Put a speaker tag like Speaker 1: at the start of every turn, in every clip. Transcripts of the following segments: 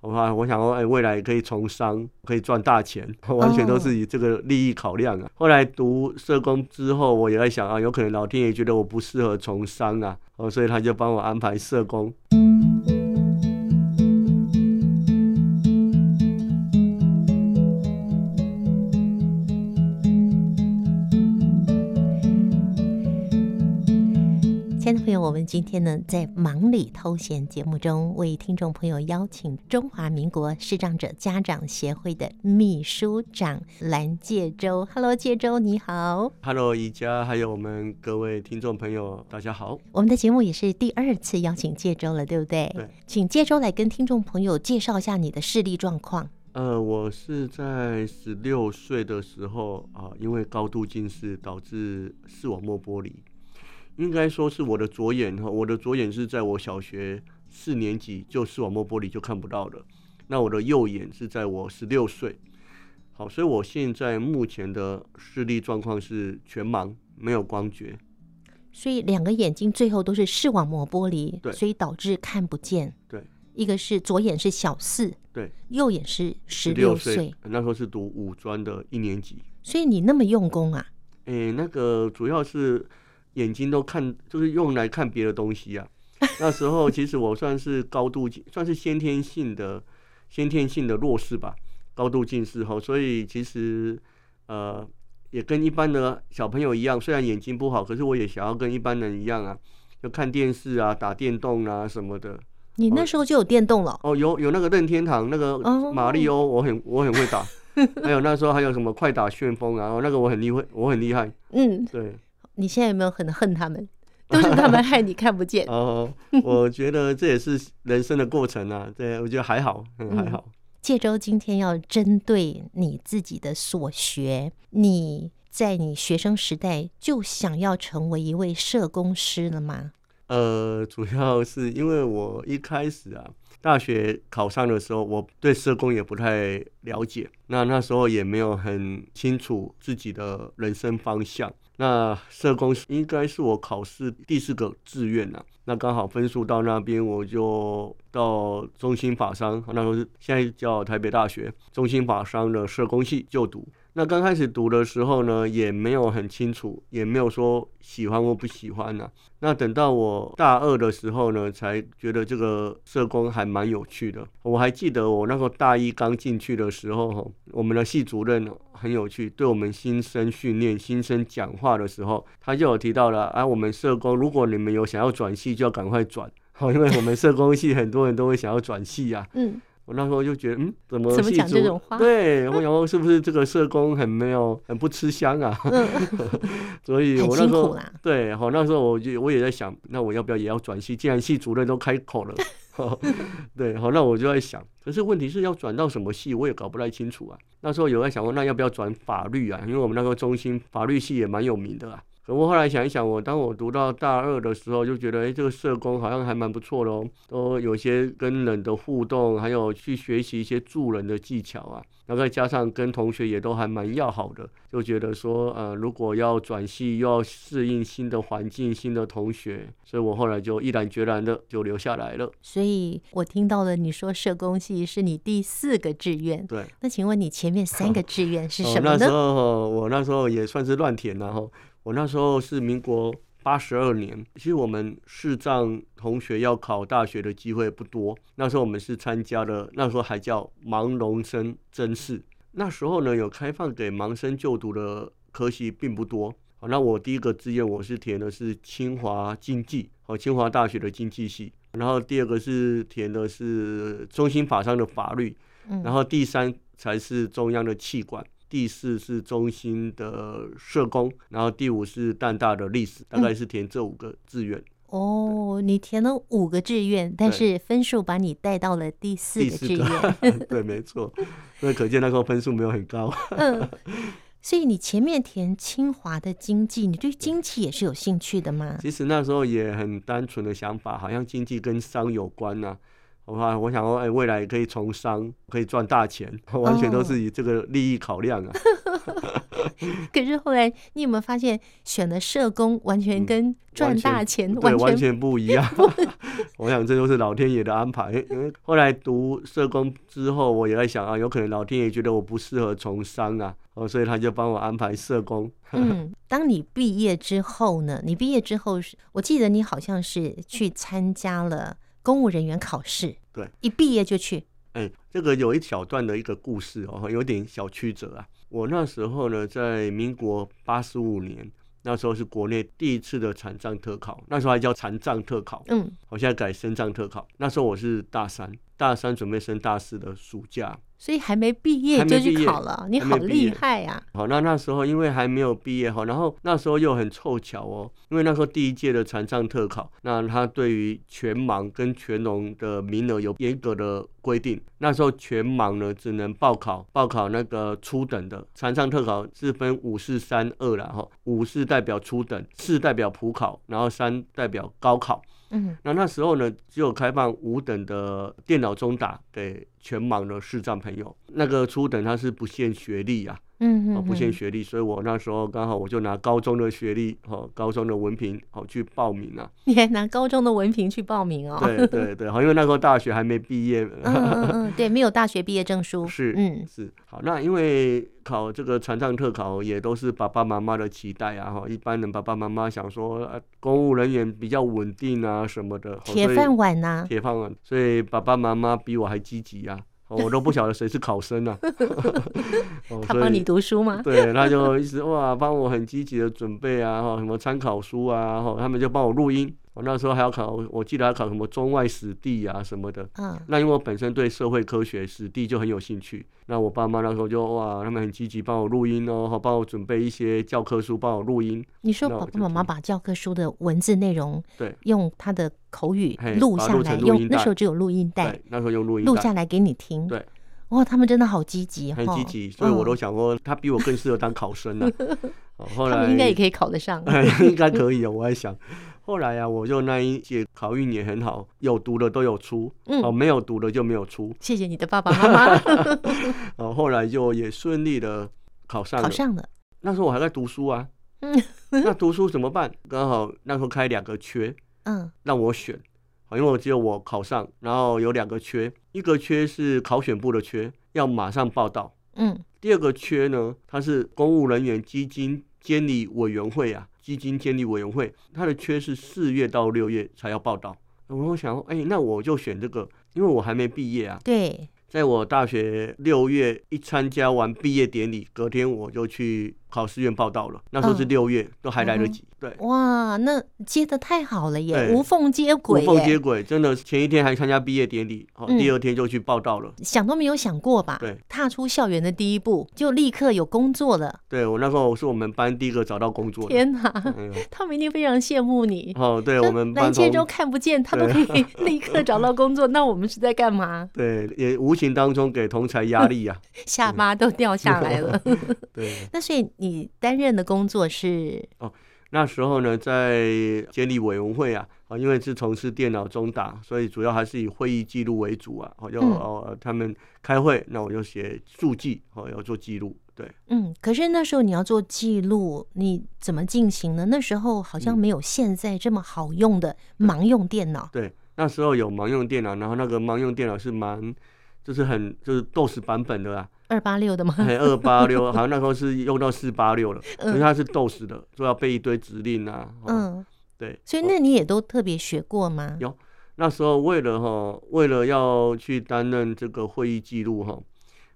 Speaker 1: 我怕我想说，哎、未来可以从商，可以赚大钱， 完全都是以这个利益考量啊。后来读社工之后，我也在想啊，有可能老天爷觉得我不适合从商啊，哦，所以他就帮我安排社工。
Speaker 2: 亲爱的朋友，我们今天呢在《忙里偷闲》节目中，为听众朋友邀请中华民国视障者家长协会的秘书长蓝介洲。Hello，介洲你好。
Speaker 1: Hello，宜家，还有我们各位听众朋友，大家好。
Speaker 2: 我们的节目也是第二次邀请介洲了，对不对？
Speaker 1: 对。
Speaker 2: 请介洲来跟听众朋友介绍一下你的视力状况。
Speaker 1: 呃，我是在十六岁的时候啊、因为高度近视导致视网膜剥离，应该说是我的左眼哈，我的左眼是在我小学四年级就视网膜剥离就看不到了，那我的右眼是在我十六岁，好，所以我现在目前的视力状况是全盲，没有光觉，
Speaker 2: 所以两个眼睛最后都是视网膜剥离，
Speaker 1: 对
Speaker 2: 所以导致看不见。
Speaker 1: 对，
Speaker 2: 一个是左眼是小四，
Speaker 1: 对，
Speaker 2: 右眼是十六
Speaker 1: 岁
Speaker 2: 岁。
Speaker 1: 那时候是读五专的一年级。
Speaker 2: 所以你那么用功啊？
Speaker 1: 诶、那个主要是眼睛都看，就是用来看别的东西啊。那时候其实我算是高度近，算是先天性的先天性的弱视吧，高度近视后，所以其实呃也跟一般的小朋友一样，虽然眼睛不好，可是我也想要跟一般人一样啊，就看电视啊、打电动啊什么的。
Speaker 2: 你那时候就有电动了？
Speaker 1: 哦，有有那个任天堂那个
Speaker 2: 哦
Speaker 1: 马里欧，我很我很会打。还有那时候还有什么快打旋风啊，哦那个我很厉害，我很厉害，
Speaker 2: 嗯，
Speaker 1: 对。
Speaker 2: 你现在有没有很恨他们？ 都是他们害你看 不见。
Speaker 1: 哦，我觉得这也是人生的过程啊。对，我觉得还好，嗯，还
Speaker 2: 嗯
Speaker 1: 好。
Speaker 2: 介周今天要针对你自己的所学，你在你学生时代就想要成为一位社工师了吗？
Speaker 1: 呃，主要是因为我一开始啊，大学考上的时候，我对社工也不太了解，那那时候也没有很清楚自己的人生方向。那社工应该是我考试第四个志愿呐、那刚好分数到那边，我就到中心法商，那时候是现在叫台北大学中心法商的社工系就读。那刚开始读的时候呢，也没有很清楚，也没有说喜欢或不喜欢啊呐、那等到我大二的时候呢，才觉得这个社工还蛮有趣的。我还记得我那个大一刚进去的时候，吼我们的系主任很有趣，对我们新生训练、新生讲话的时候，他就有提到了啊，我们社工，如果你们有想要转系，就要赶快转。 好，因为我们社工系很多人都会想要转系啊。
Speaker 2: 嗯，
Speaker 1: 我那时候就觉得，嗯，怎么
Speaker 2: 怎么
Speaker 1: 系
Speaker 2: 讲
Speaker 1: 主
Speaker 2: 这种话
Speaker 1: 对，我想说是不是这个社工很没有、很不吃香啊？ 所以
Speaker 2: 嗯很
Speaker 1: 我那
Speaker 2: 辛
Speaker 1: 时候
Speaker 2: 苦啦。
Speaker 1: 对，好，那时候我就我也在想，那我要不要也要转系？既然系主任都开口了， 对，好，那我就在想，可是问题是要转到什么系，我也搞不太清楚啊。那时候有在想过，那要不要转法律啊？因为我们那个中心法律系也蛮有名的啊。可我后来想一想，我当我读到大二的时候，就觉得，哎、这个社工好像还蛮不错的哦，都有些跟人的互动，还有去学习一些助人的技巧啊。然后再加上跟同学也都还蛮要好的，就觉得说，呃，如果要转系，又要适应新的环境、新的同学，所以我后来就毅然决然的就留下来了。
Speaker 2: 所以我听到了你说社工系是你第四个志愿，
Speaker 1: 对，
Speaker 2: 那请问你前面三个志愿是什
Speaker 1: 哦、
Speaker 2: 么
Speaker 1: 那时
Speaker 2: 呢？
Speaker 1: 候我那时候也算是乱填然后我那时候是民国八十二年，其实我们视障同学要考大学的机会不多，那时候我们是参加了，那时候还叫盲聋生甄试，那时候呢有开放给盲生就读的科系并不多。好，那我第一个志愿我是填的是清华经济，哦，清华大学的经济系。然后第二个是填的是中心法商的法律，
Speaker 2: 嗯
Speaker 1: 然后第三才是中央的气管，第四是中心的社工，然后第五是淡大的历
Speaker 2: 嗯
Speaker 1: 史，大概是填这五个志愿。
Speaker 2: 哦，你填了五个志愿，但是分数把你带到了第四
Speaker 1: 第
Speaker 2: 个
Speaker 1: 四
Speaker 2: 志愿。
Speaker 1: 个， 对，没错。那可见那时候分数没有很 高。
Speaker 2: 嗯，所以你前面填清华的经济，你对经济也是有兴趣的吗？
Speaker 1: 其实那时候也很单纯的想法，好像经济跟商有关呐、我怕我想说，哎、未来可以从商，可以赚大钱，完全都是以这个利益考量啊。
Speaker 2: 可是后来你有没有发现，选了社工完全跟赚大钱
Speaker 1: 对，嗯完
Speaker 2: 全
Speaker 1: 全不一样。 我想这都是老天爷的安排。因为因为后来读社工之后，我也在想啊，有可能老天爷觉得我不适合从商啊，哦，所以他就帮我安排社工。
Speaker 2: 嗯，当你毕业之后呢？你毕业之后是，我记得你好像是去参加了公务人员考试，
Speaker 1: 对，
Speaker 2: 一毕业就去，
Speaker 1: 哎，这个有一小段的一个故事哦，有点小曲折啊。我那时候呢，在民国八十五年，那时候是国内第一次的残障特考，那时候还叫残障特考，
Speaker 2: 嗯，
Speaker 1: 我现在改升障特考。那时候我是大三，大三准备升大四的暑假。
Speaker 2: 所以还没毕业
Speaker 1: 还
Speaker 2: 就
Speaker 1: 没
Speaker 2: 去
Speaker 1: 毕业
Speaker 2: 考了，你
Speaker 1: 还
Speaker 2: 好
Speaker 1: 没毕业
Speaker 2: 厉害啊！
Speaker 1: 好，那那时候因为还没有毕业哈，然后那时候又很凑巧哦，因为那时候第一届的残障特考，那他对于全盲跟全聋的名额有严格的规定。那时候全盲呢只能报考报考那个初等的残障特考是分五四三二啦哈，五是代表初等，四代表普考，然后三代表高考。
Speaker 2: 嗯，
Speaker 1: 那那时候呢，只有开放五等的电脑中打给全盲的视障朋友，那个初等它是不限学历啊。
Speaker 2: 嗯
Speaker 1: 哦，
Speaker 2: 嗯，
Speaker 1: 不限
Speaker 2: 嗯
Speaker 1: 学历，所以我那时候刚好我就拿高中的学历，哦，高中的文凭，哦，去报名 啊。
Speaker 2: 你还拿高中的文凭去报名哦。
Speaker 1: 对对对，好，因为那时候大学还没毕业，
Speaker 2: 嗯嗯嗯，对，没有大学毕业证书，
Speaker 1: 是
Speaker 2: 嗯
Speaker 1: 是好。那因为考这个船上特考也都是爸爸妈妈的期待啊，哈，一般人爸爸妈妈想说，啊、公务人员比较稳定啊什么的，哦
Speaker 2: 铁
Speaker 1: 所以
Speaker 2: 饭碗呐、
Speaker 1: 铁饭碗，所以爸爸妈妈比我还积极啊。哦我都不晓得谁是考生 啊， 哦
Speaker 2: 他
Speaker 1: 所
Speaker 2: 帮
Speaker 1: 以
Speaker 2: 你读书 吗？
Speaker 1: 对，他就一直哇帮我很积极的准备啊，哈，什么参考书啊，哈，他们就帮我录音。我那时候还要考，我记得还考什么中外史地啊什么的。
Speaker 2: 嗯，
Speaker 1: 那因为我本身对社会科学、史地就很有兴趣，那我爸妈那时候就哇，他们很积极帮我录音哦，哈帮我准备一些教科书，帮我录音，
Speaker 2: 你说
Speaker 1: 那
Speaker 2: 爸
Speaker 1: 我
Speaker 2: 爸
Speaker 1: 就
Speaker 2: 妈妈
Speaker 1: 听
Speaker 2: 把教科书的文字内容，
Speaker 1: 对，
Speaker 2: 用他的口语
Speaker 1: 嘿
Speaker 2: 录
Speaker 1: 把它
Speaker 2: 下
Speaker 1: 录
Speaker 2: 来，
Speaker 1: 成录
Speaker 2: 用
Speaker 1: 音
Speaker 2: 那
Speaker 1: 带
Speaker 2: 时候只有录音带，
Speaker 1: 对，那时候用录音
Speaker 2: 录
Speaker 1: 带
Speaker 2: 下。来给你听。
Speaker 1: 对，
Speaker 2: 哇，他们真的好积极，
Speaker 1: 很
Speaker 2: 哈
Speaker 1: 积极，所以我都
Speaker 2: 嗯想
Speaker 1: 想过，他比我更适合当考生 呢、哦后
Speaker 2: 他
Speaker 1: 来
Speaker 2: 们应该也可以考得上。啊
Speaker 1: 应该可以哦，我在想。后来啊，我就那一届考运也很好，有读的都有出，
Speaker 2: 嗯
Speaker 1: 哦，没有读的就没有出。
Speaker 2: 谢谢你的爸爸妈 妈
Speaker 1: 哦，后来就也顺利的考上了。
Speaker 2: 考上了，
Speaker 1: 那时候我还在读书啊，
Speaker 2: 嗯
Speaker 1: 那读书怎么办？刚好那时候开两个缺
Speaker 2: 嗯
Speaker 1: 让我选，哦因为我只有我考上，然后有两个缺，一个缺是考选部的缺，要马上报到。
Speaker 2: 嗯
Speaker 1: 第二个缺呢，它是公务人员基金监理委员会啊，基金监理委员会，它的缺是四月到六月才要报道。我想说，哎、那我就选这个，因为我还没毕业啊。
Speaker 2: 对，
Speaker 1: 在我大学六月一参加完毕业典礼，隔天我就去考试院报道了。那时候是
Speaker 2: 嗯哦
Speaker 1: 六月，都还来得及。对，
Speaker 2: 哇，那接的太好了耶，
Speaker 1: 对
Speaker 2: 无缝接
Speaker 1: 无
Speaker 2: 轨
Speaker 1: 缝接
Speaker 2: 耶，
Speaker 1: 轨，真的前一天还参加毕业典礼，哦，
Speaker 2: 嗯
Speaker 1: 第二天就去报道了。
Speaker 2: 想都没有想过吧？
Speaker 1: 对，
Speaker 2: 踏出校园的第一步就立刻有工作了，
Speaker 1: 对我那时候是我们班第一个找到工作的。
Speaker 2: 天哪，
Speaker 1: 哎呦
Speaker 2: 他们一定非常羡慕你。
Speaker 1: 哦，对，
Speaker 2: 那
Speaker 1: 我们班
Speaker 2: 蓝切
Speaker 1: 从
Speaker 2: 州看不见，他都可以 立刻找到工作，那我们是在干嘛？
Speaker 1: 对，也无形当中给同才压 力呀、啊
Speaker 2: 下巴都
Speaker 1: 嗯
Speaker 2: 掉下来 了。
Speaker 1: 对，
Speaker 2: 那所以你担任的工作是
Speaker 1: 那时候呢，在监理委员会啊，啊，因为是从事电脑中打，所以主要还是以会议记录为主啊。好，就、
Speaker 2: 嗯
Speaker 1: 哦，他们开会，那我就写速记，哦，要做记录。对，
Speaker 2: 嗯，可是那时候你要做记录，你怎么进行呢？那时候好像
Speaker 1: 嗯
Speaker 2: 没有现在这么好用的盲用电脑。
Speaker 1: 对，那时候有盲用电脑，然后那个盲用电脑是蛮，就是很就是 DOS 版本 的啊，
Speaker 2: 二八六的吗？
Speaker 1: 很二八六，好像那时候是用到四八六了，因为它是 DOS 的，所以要背一堆指令啊。哦、，
Speaker 2: 嗯，
Speaker 1: 对，
Speaker 2: 所以
Speaker 1: 哦
Speaker 2: 那你也都特别学过吗？
Speaker 1: 有那时候为了哈，为了要去担任这个会议记录哈，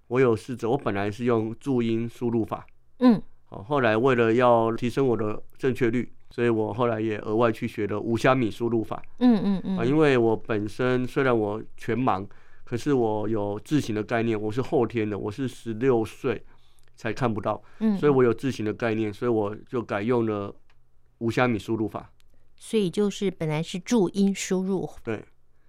Speaker 1: 我有试着，我本来是用注音输入法，
Speaker 2: 嗯，
Speaker 1: 好，后来为了要提升我的正确率，所以我后来也额外去学了无虾米输入法
Speaker 2: 嗯嗯
Speaker 1: 啊，
Speaker 2: 嗯，
Speaker 1: 因为我本身虽然我全盲，可是我有字形的概念，我是后天的，我是十六岁才看不到，
Speaker 2: 嗯，
Speaker 1: 所以我有字形的概念，所以我就改用了无虾米输入法，
Speaker 2: 所以就是本来是注音输入
Speaker 1: 对。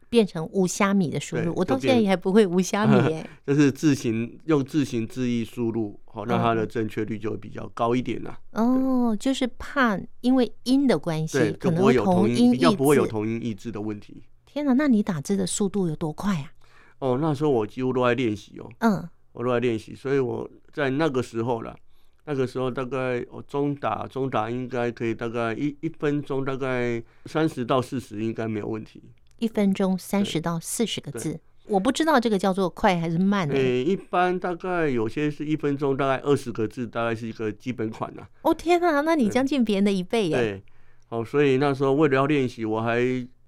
Speaker 2: 变成无虾米的输
Speaker 1: 对
Speaker 2: 入，我
Speaker 1: 就
Speaker 2: 到现在
Speaker 1: 变
Speaker 2: 也还不会无虾 米耶。
Speaker 1: 就是字形用字形字义输入，好、那它
Speaker 2: 嗯
Speaker 1: 的正确率就会比较高一点啦、啊
Speaker 2: 哦，就是怕因为音的关系，
Speaker 1: 对，就
Speaker 2: 可能
Speaker 1: 不会有
Speaker 2: 同
Speaker 1: 同
Speaker 2: 音
Speaker 1: 音，比较
Speaker 2: 异
Speaker 1: 不会有
Speaker 2: 字
Speaker 1: 同音异字的问题。
Speaker 2: 天哪，那你打字的速度有多快啊？
Speaker 1: 哦，那时候我几乎都在练习哦，
Speaker 2: 嗯
Speaker 1: 我都在练习，所以我在那个时候啦，那个时候大概我中打中打应该可以，大概一一分钟大概三十到四十应该没有问题。
Speaker 2: 一分钟三十到四十个字，我不知道这个叫做快还是慢呢、
Speaker 1: 诶、一般大概有些是一分钟，大概二十个字，大概是一个基本款呐、啊
Speaker 2: 哦天哪，那你将近别人的一倍耶！
Speaker 1: 对，好，所以那时候为了要练习，我还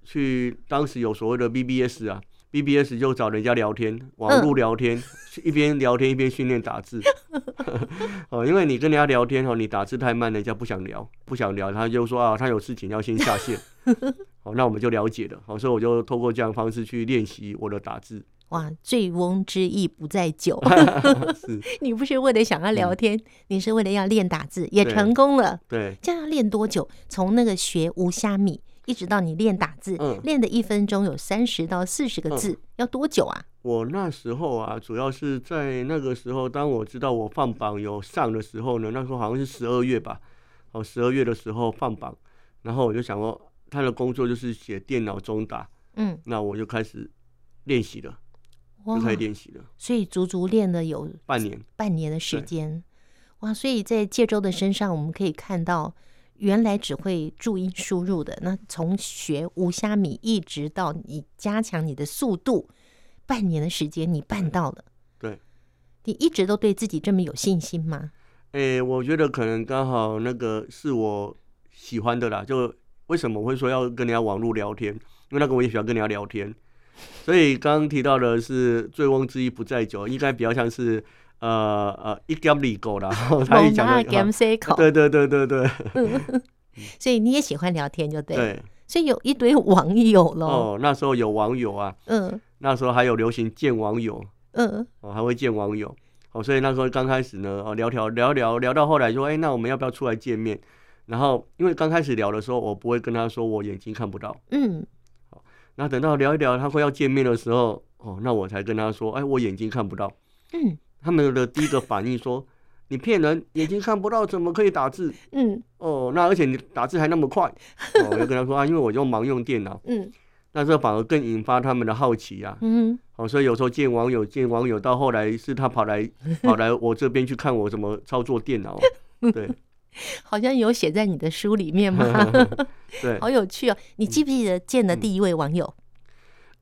Speaker 1: 去当时有所谓的 BBS 啊，BBS 就找人家聊天，网络聊天，一边聊天一边训练打字。 哦，因为你跟人家聊天哦，你打字太慢，人家不想聊，不想聊，他就说啊，他有事情要先下线。好，那我们就了解了。好，所以我就透过这样的方式去练习我的打字。
Speaker 2: 哇，醉翁之意不在 酒，
Speaker 1: 是，
Speaker 2: 你不是为了想要聊天，你是为了要练打字，也
Speaker 1: 嗯对
Speaker 2: 成功了。
Speaker 1: 对，
Speaker 2: 这样要练多久？从那个学无虾米，一直到你练打字，
Speaker 1: 嗯
Speaker 2: 练的一分钟有三十到四十个字，要多久啊？
Speaker 1: 我那时候啊，主要是在那个时候，当我知道我放榜有上的时候呢，那时候好像是十二月吧，哦，十二月的时候放榜，然后我就想说，他的工作就是写电脑中打，
Speaker 2: 嗯，
Speaker 1: 那我就开始练习了，
Speaker 2: 哇
Speaker 1: 就，开始练习了，
Speaker 2: 所以足足练了有
Speaker 1: 半年，
Speaker 2: 半年的时
Speaker 1: 对
Speaker 2: 间，哇！所以在介州的身上，我们可以看到，原来只会注音输入的，那从学无虾米一直到你加强你的速度，半年的时间你办到了。
Speaker 1: 对，
Speaker 2: 你一直都对自己这么有信心吗？
Speaker 1: 诶、我觉得可能刚好那个是我喜欢的啦，就为什么我会说要跟人家网络聊天，因为那个我也喜欢跟人家聊天，所以刚刚提到的是醉翁之意不在酒，应该比较像是呃呃一江里狗啦， 他一讲
Speaker 2: 那
Speaker 1: 的
Speaker 2: game
Speaker 1: 啊
Speaker 2: C 口，
Speaker 1: 对对对对对
Speaker 2: 所以你也喜欢聊天，就对。
Speaker 1: 对
Speaker 2: 所以有一堆网友喽，
Speaker 1: 哦，那时候有网友啊，
Speaker 2: 嗯
Speaker 1: 那时候还有流行见网友
Speaker 2: 嗯，
Speaker 1: 哦，还会见网友哦，所以那时候刚开始呢哦聊聊聊聊聊到后来说，哎、那我们要不要出来见面？然后因为刚开始聊的时候，我不会跟他说我眼睛看不到。
Speaker 2: 嗯，
Speaker 1: 那等到聊一聊，他快要见面的时候，哦，那我才跟他说，哎，我眼睛看不到。
Speaker 2: 嗯，
Speaker 1: 他们的第一个反应说， 你骗人，眼睛看不到怎么可以打字？
Speaker 2: 嗯
Speaker 1: 哦，那而且你打字还那么快，哦，我就跟他说啊，因为我用盲用电脑，
Speaker 2: 嗯
Speaker 1: 那这反而更引发他们的好奇啊。
Speaker 2: 嗯，
Speaker 1: 哦，所以有时候见网友见网友，到后来是他跑来跑来我这边去看我怎么操作电脑。对
Speaker 2: 好像有写在你的书里面吗？
Speaker 1: 对，
Speaker 2: 好有趣哦！你记不记得见的第一位网友？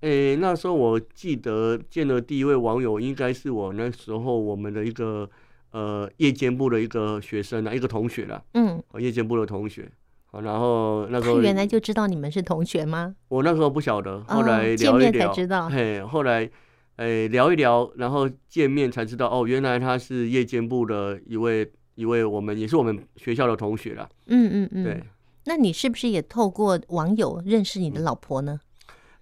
Speaker 1: 诶、那时候我记得见的第一位网友，应该是我那时候我们的一个呃夜间部的一个学生啊，一个同学啦，
Speaker 2: 嗯，
Speaker 1: 哦夜间部的同学。好，然后那时
Speaker 2: 他
Speaker 1: 候
Speaker 2: 原来就知道你们是同学吗？
Speaker 1: 我那时候不晓得，后
Speaker 2: 哦
Speaker 1: 来
Speaker 2: 见
Speaker 1: 聊一
Speaker 2: 面才
Speaker 1: 聊，
Speaker 2: 知道
Speaker 1: 嘿，后来诶聊一聊，然后见面才知道哦，原来他是夜间部的一位一位我们也是我们学校的同学啦。
Speaker 2: 嗯嗯嗯。
Speaker 1: 对，。
Speaker 2: 那你是不是也透过网友认识你的老婆呢？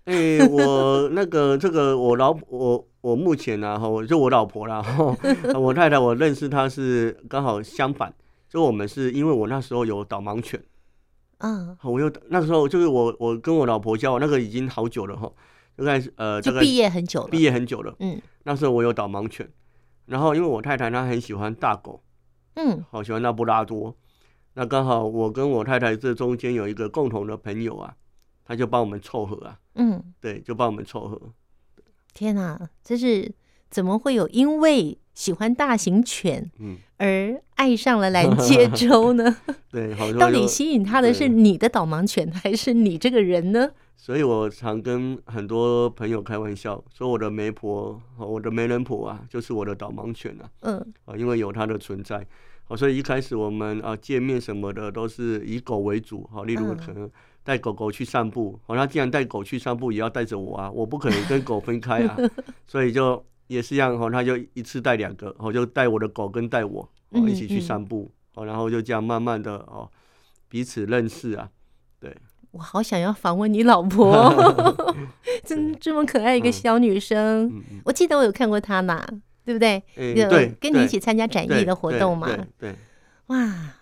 Speaker 1: 哎、 我那个这个我老我我目前呢、啊，哈，我就我老婆啦，哈我太太我认识她是刚好相反，就我们是因为我那时候有导盲犬，
Speaker 2: 啊，
Speaker 1: 我又那时候就是我我跟我老婆交往那个已经好久了哈，大概是呃大
Speaker 2: 就
Speaker 1: 概
Speaker 2: 毕业很久了。
Speaker 1: 毕业很久了，
Speaker 2: 嗯
Speaker 1: 那时候我有导盲犬，然后因为我太太她很喜欢大狗，
Speaker 2: 嗯
Speaker 1: 好喜欢拉布拉多，那刚好我跟我太太这中间有一个共同的朋友啊，他就帮我们凑合啊，
Speaker 2: 嗯，
Speaker 1: 对，就帮我们凑合。
Speaker 2: 天哪，这是怎么会有因为喜欢大型犬
Speaker 1: 嗯，
Speaker 2: 而爱上了蓝接州呢？
Speaker 1: 对，好多
Speaker 2: 到底
Speaker 1: 就
Speaker 2: 吸引他的是你的导盲犬，还是你这个人呢？
Speaker 1: 所以我常跟很多朋友开玩笑说，我的媒婆、哦我的媒人婆啊，就是我的导盲犬啊，
Speaker 2: 嗯
Speaker 1: 啊，因为有它的存在，好，所以一开始我们啊见面什么的都是以狗为主，好，例如
Speaker 2: 嗯
Speaker 1: 可能带狗狗去散步，好，那既然带狗去散步，也要带着我啊，我不可能跟狗分开 啊，所以就也是一样，好，他就一次带两个，好，就带我的狗跟带我，哦好，一起
Speaker 2: 嗯嗯
Speaker 1: 去散步，好，然后就这样慢慢的哦彼此认识啊，对。
Speaker 2: 我好想要访问你老 婆，真这么可爱一个小女生。
Speaker 1: 嗯嗯
Speaker 2: 我记得我有看过她啦，对不对？
Speaker 1: 诶
Speaker 2: 有
Speaker 1: 对，
Speaker 2: 跟你一
Speaker 1: 对
Speaker 2: 起参加展
Speaker 1: 对
Speaker 2: 艺的活
Speaker 1: 对
Speaker 2: 动嘛。
Speaker 1: 对对
Speaker 2: 哇，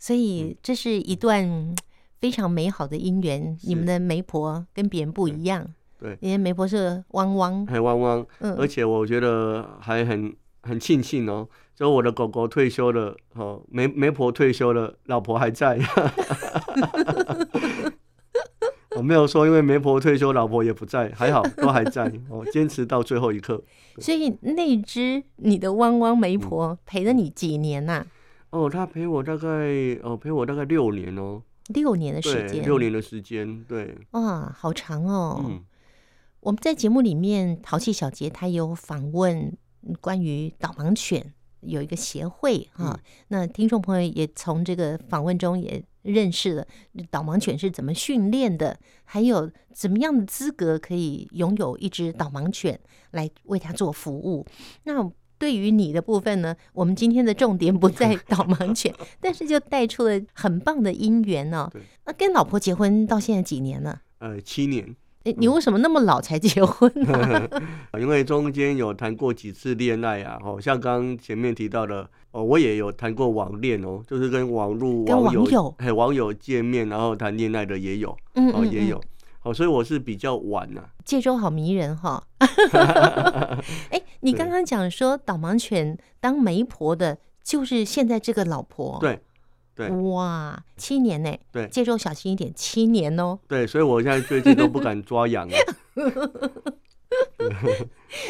Speaker 2: 所以这是一段嗯非常美好的姻缘。你们
Speaker 1: 是
Speaker 2: 的媒婆跟别人不一样，
Speaker 1: 对
Speaker 2: 你的媒婆是汪汪，
Speaker 1: 还汪汪，而
Speaker 2: 嗯，
Speaker 1: 且我觉得还很很庆幸哦，就我的狗狗退休了，哦，媒媒婆退休了，老婆还在。 我哦没有说，因为媒婆退休，老婆也不在，还好都还在。哦，坚持到最后一刻。嗯
Speaker 2: 所以那只你的汪汪媒婆陪了你几年呐、啊
Speaker 1: 哦，他陪我大概哦陪我大概六年哦，
Speaker 2: 六年的时
Speaker 1: 对，
Speaker 2: 间，
Speaker 1: 六年的时间，对，
Speaker 2: 哇，好长哦。
Speaker 1: 嗯，
Speaker 2: 我们在节目里面，淘气小杰他有访问关于导盲犬有一个协会哈、
Speaker 1: 嗯
Speaker 2: 那听众朋友也从这个访问中也认识了导盲犬是怎么训练的，还有怎么样的资格可以拥有一只导盲犬来为它做服务。那对于你的部分呢，我们今天的重点不在导 盲犬，但是就带出了很棒的姻缘哦
Speaker 1: 对。
Speaker 2: 那跟老婆结婚到现在几年了？
Speaker 1: 呃，七年，
Speaker 2: 诶哎
Speaker 1: 嗯
Speaker 2: 你为什么那么老才结婚呢、
Speaker 1: 因为中间有谈过几次恋爱啊，哦，像刚刚前面提到的，哦，我也有谈过网恋哦，就是跟网络
Speaker 2: 跟
Speaker 1: 网友
Speaker 2: 网友
Speaker 1: 嘿网友见面，然后谈恋爱的也有，
Speaker 2: 嗯
Speaker 1: 哦，也。
Speaker 2: 嗯
Speaker 1: 有，哦，所以我是比较晚呐、
Speaker 2: 界州好迷人哈！ 哎，你刚刚讲说导盲犬当媒婆的，就是现在这个老婆。
Speaker 1: 对对
Speaker 2: 哇，七年呢？
Speaker 1: 对
Speaker 2: 界州小心一点，七年哦。
Speaker 1: 对，所以我现在最近都不敢抓痒了，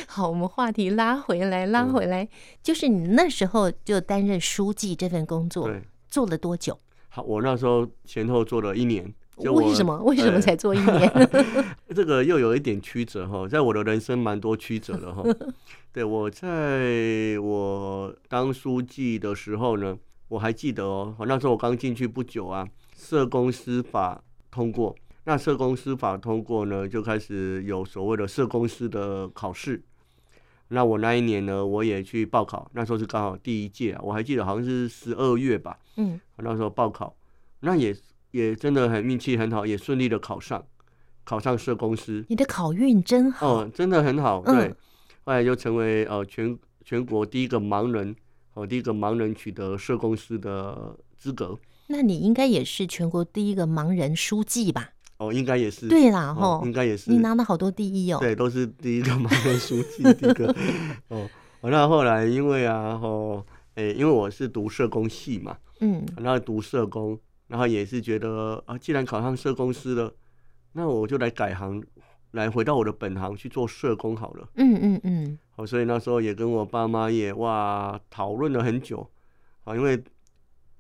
Speaker 2: 好，我们话题拉回来，拉
Speaker 1: 嗯
Speaker 2: 回来，就是你那时候就担任书记这份工作，
Speaker 1: 对。
Speaker 2: 做了多久？
Speaker 1: 好，我那时候前后做了一年，就我
Speaker 2: 为什么？为什么
Speaker 1: 对
Speaker 2: 才做一 年？
Speaker 1: 这个又有一点曲折哈，在我的人生蛮多曲折的哈。对，我在我当书记的时候呢，我还记得哦，那时候我刚进去不久啊，社工司法通过，那社工司法通过呢，就开始有所谓的社工司的考试。那我那一年呢，我也去报考，那时候是刚好第一届啊，我还记得好像是十二月吧，
Speaker 2: 嗯，
Speaker 1: 那时候报考，那也也真的很运气很好，也顺利的考上，考上社公司，
Speaker 2: 你的考运真好。
Speaker 1: 哦，真的很好，
Speaker 2: 嗯
Speaker 1: 对，后来就成为呃全全国第一个盲人，哦，第一个盲人取得社公司的资格，
Speaker 2: 那你应该也是全国第一个盲人书记吧？
Speaker 1: 哦，应该也是，
Speaker 2: 对啦，
Speaker 1: 哦
Speaker 2: 吼，，
Speaker 1: 应该也是，
Speaker 2: 你拿了好多第一哦。
Speaker 1: 对，都是第一个盲人书记，第一 个，哦，哦那后来因为啊，哦，诶、因为我是读社工系嘛，
Speaker 2: 嗯，
Speaker 1: 然后读社工，然后也是觉得啊，既然考上社工师了，那我就来改行，来回到我的本行去做社工好了。
Speaker 2: 嗯嗯嗯，
Speaker 1: 好，所以那时候也跟我爸妈也哇讨论了很久，啊，因为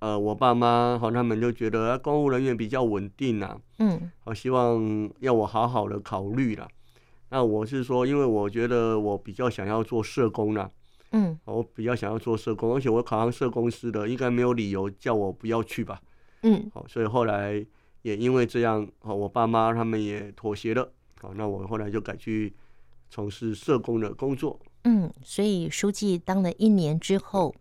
Speaker 1: 呃我爸妈好他们就觉得、啊、公务人员比较稳定啊，
Speaker 2: 嗯
Speaker 1: 好希望要我好好的考虑啦。那我是说，因为我觉得我比较想要做社工啦、
Speaker 2: 嗯
Speaker 1: 我比较想要做社工，而且我考上社工师的，应该没有理由叫我不要去吧。
Speaker 2: 嗯，
Speaker 1: 好，所以后来也因为这样，好，我爸妈他们也妥协了。好，那我后来就改去从事社工的工作。
Speaker 2: 嗯，所以书记当了一年之后，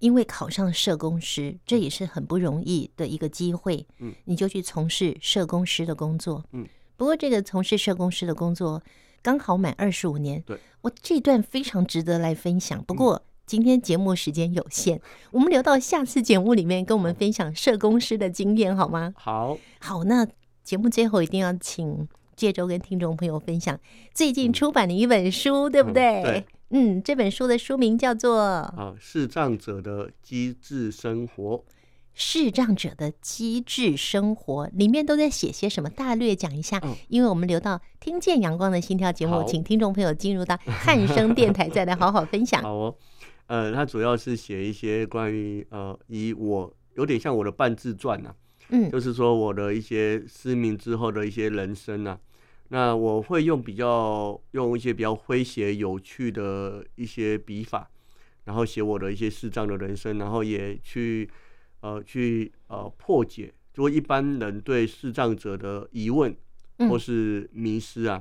Speaker 2: 因为考上社工师，这也是很不容易的一个机会，
Speaker 1: 嗯，
Speaker 2: 你就去从事社工师的工作，
Speaker 1: 嗯，
Speaker 2: 不过这个从事社工师的工作刚好满二十五年，
Speaker 1: 对嗯
Speaker 2: 我这段非常值得来分享，不过。今天节目时间有限，我们留到下次节目里面跟我们分享社工师的经验好吗？
Speaker 1: 好，
Speaker 2: 好，那节目最后一定要请介周跟听众朋友分享最近出版的一本书，对不
Speaker 1: 嗯
Speaker 2: 对？
Speaker 1: 对
Speaker 2: 嗯，这本书的书名叫做《
Speaker 1: 啊，视障者的机智生活。
Speaker 2: 视障者的机智生活》，里面都在写些什么？大略讲一下，
Speaker 1: 嗯
Speaker 2: 因为我们留到听见阳光的心跳节目，
Speaker 1: 好
Speaker 2: 请听众朋友进入到汉声电台，再来好好分享。
Speaker 1: 好哦，呃，它主要是写一些关于呃，以我有点像我的半自传啊呐、
Speaker 2: 嗯
Speaker 1: 就是说我的一些失明之后的一些人生啊。那我会用比较用一些比较诙谐有趣的一些笔法，然后写我的一些视障的人生，然后也去呃去呃破解，就是一般人对视障者的疑问
Speaker 2: 嗯
Speaker 1: 或是迷失啊。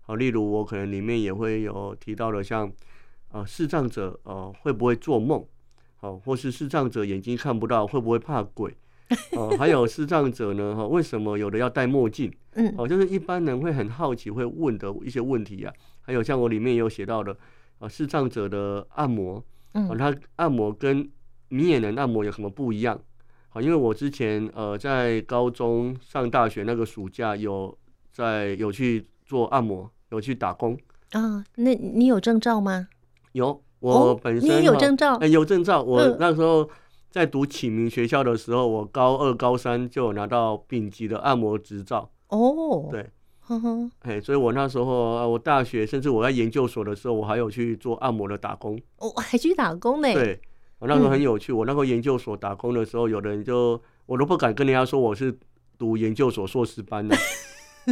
Speaker 1: 好、例如我可能里面也会有提到的像，呃视障者呃会不会做梦，好、或是视障者眼睛看不到会不会怕鬼。哦，还有视障者呢，哈、为什么有的要戴墨镜？
Speaker 2: 嗯
Speaker 1: 哦，就是一般人会很好奇会问的一些问题啊。还有像我里面有写到的，啊，视障者的按摩，哦，
Speaker 2: 嗯
Speaker 1: 他按摩跟你也能按摩有什么不一样？好，因为我之前呃在高中上大学那个暑假有在有去做按摩，有去打工，
Speaker 2: 啊，那你有证照吗？
Speaker 1: 有
Speaker 2: 哦
Speaker 1: 我本身、
Speaker 2: 你也有
Speaker 1: 哈
Speaker 2: 证照
Speaker 1: 哎，有证照。我
Speaker 2: 嗯
Speaker 1: 那时候在读启明学校的时候，我高二、高三就有拿到丙级的按摩执照。
Speaker 2: 哦，
Speaker 1: 对，
Speaker 2: 呵呵，
Speaker 1: 哎，所以我那时候，啊我大学甚至我在研究所的时候，我还有去做按摩的打工。
Speaker 2: 哦我还去打工呢。
Speaker 1: 对，我那时候很
Speaker 2: 嗯
Speaker 1: 有趣，我那个研究所打工的时候，有人就我都不敢跟人家说我是读研究所硕士班的。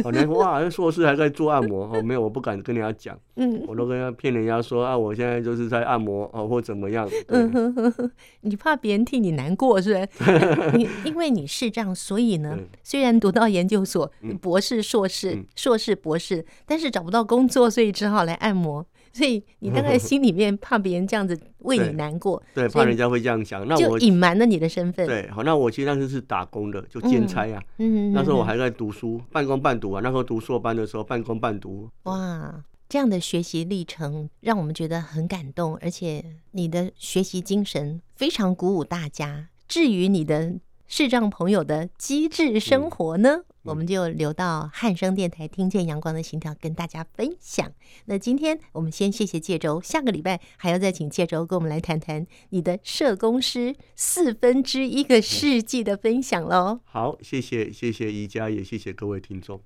Speaker 1: 哦，人家说哇，硕士还在做按摩哦，没有，我不敢跟人家讲，
Speaker 2: 嗯
Speaker 1: 我都跟人家骗人家说啊，我现在就是在按摩哦，或怎么样。对
Speaker 2: 嗯哼哼哼，你怕别人替你难过是不是？ 你因为你视障，所以呢
Speaker 1: 对，
Speaker 2: 虽然读到研究所、
Speaker 1: 嗯
Speaker 2: 博士、硕士、
Speaker 1: 嗯
Speaker 2: 硕士、博士，但是找不到工作，所以只好来按摩。所以你大 概心里面怕别人这样子为你
Speaker 1: 对
Speaker 2: 难过，
Speaker 1: 对，
Speaker 2: 所以
Speaker 1: 怕人家会这样想。那
Speaker 2: 就
Speaker 1: 我
Speaker 2: 隐瞒了你的身份。
Speaker 1: 对，好，那我其实当时是打工的，就兼差啊。
Speaker 2: 嗯，嗯，
Speaker 1: 那时候我
Speaker 2: 嗯
Speaker 1: 还在读书，半工半读啊。那时候读硕班的时候，半工半读。
Speaker 2: 哇，这样的学习历程让我们觉得很感动，而且你的学习精神非常鼓舞大家。至于你的视障朋友的机智生活呢，我们就留到汉声电台听见阳光的心跳跟大家分享。那今天我们先谢谢介州，下个礼拜还要再请介州跟我们来谈谈你的社工师四分之一个世纪的分享喽。
Speaker 1: 好，谢谢谢谢宜家，也谢谢各位听众。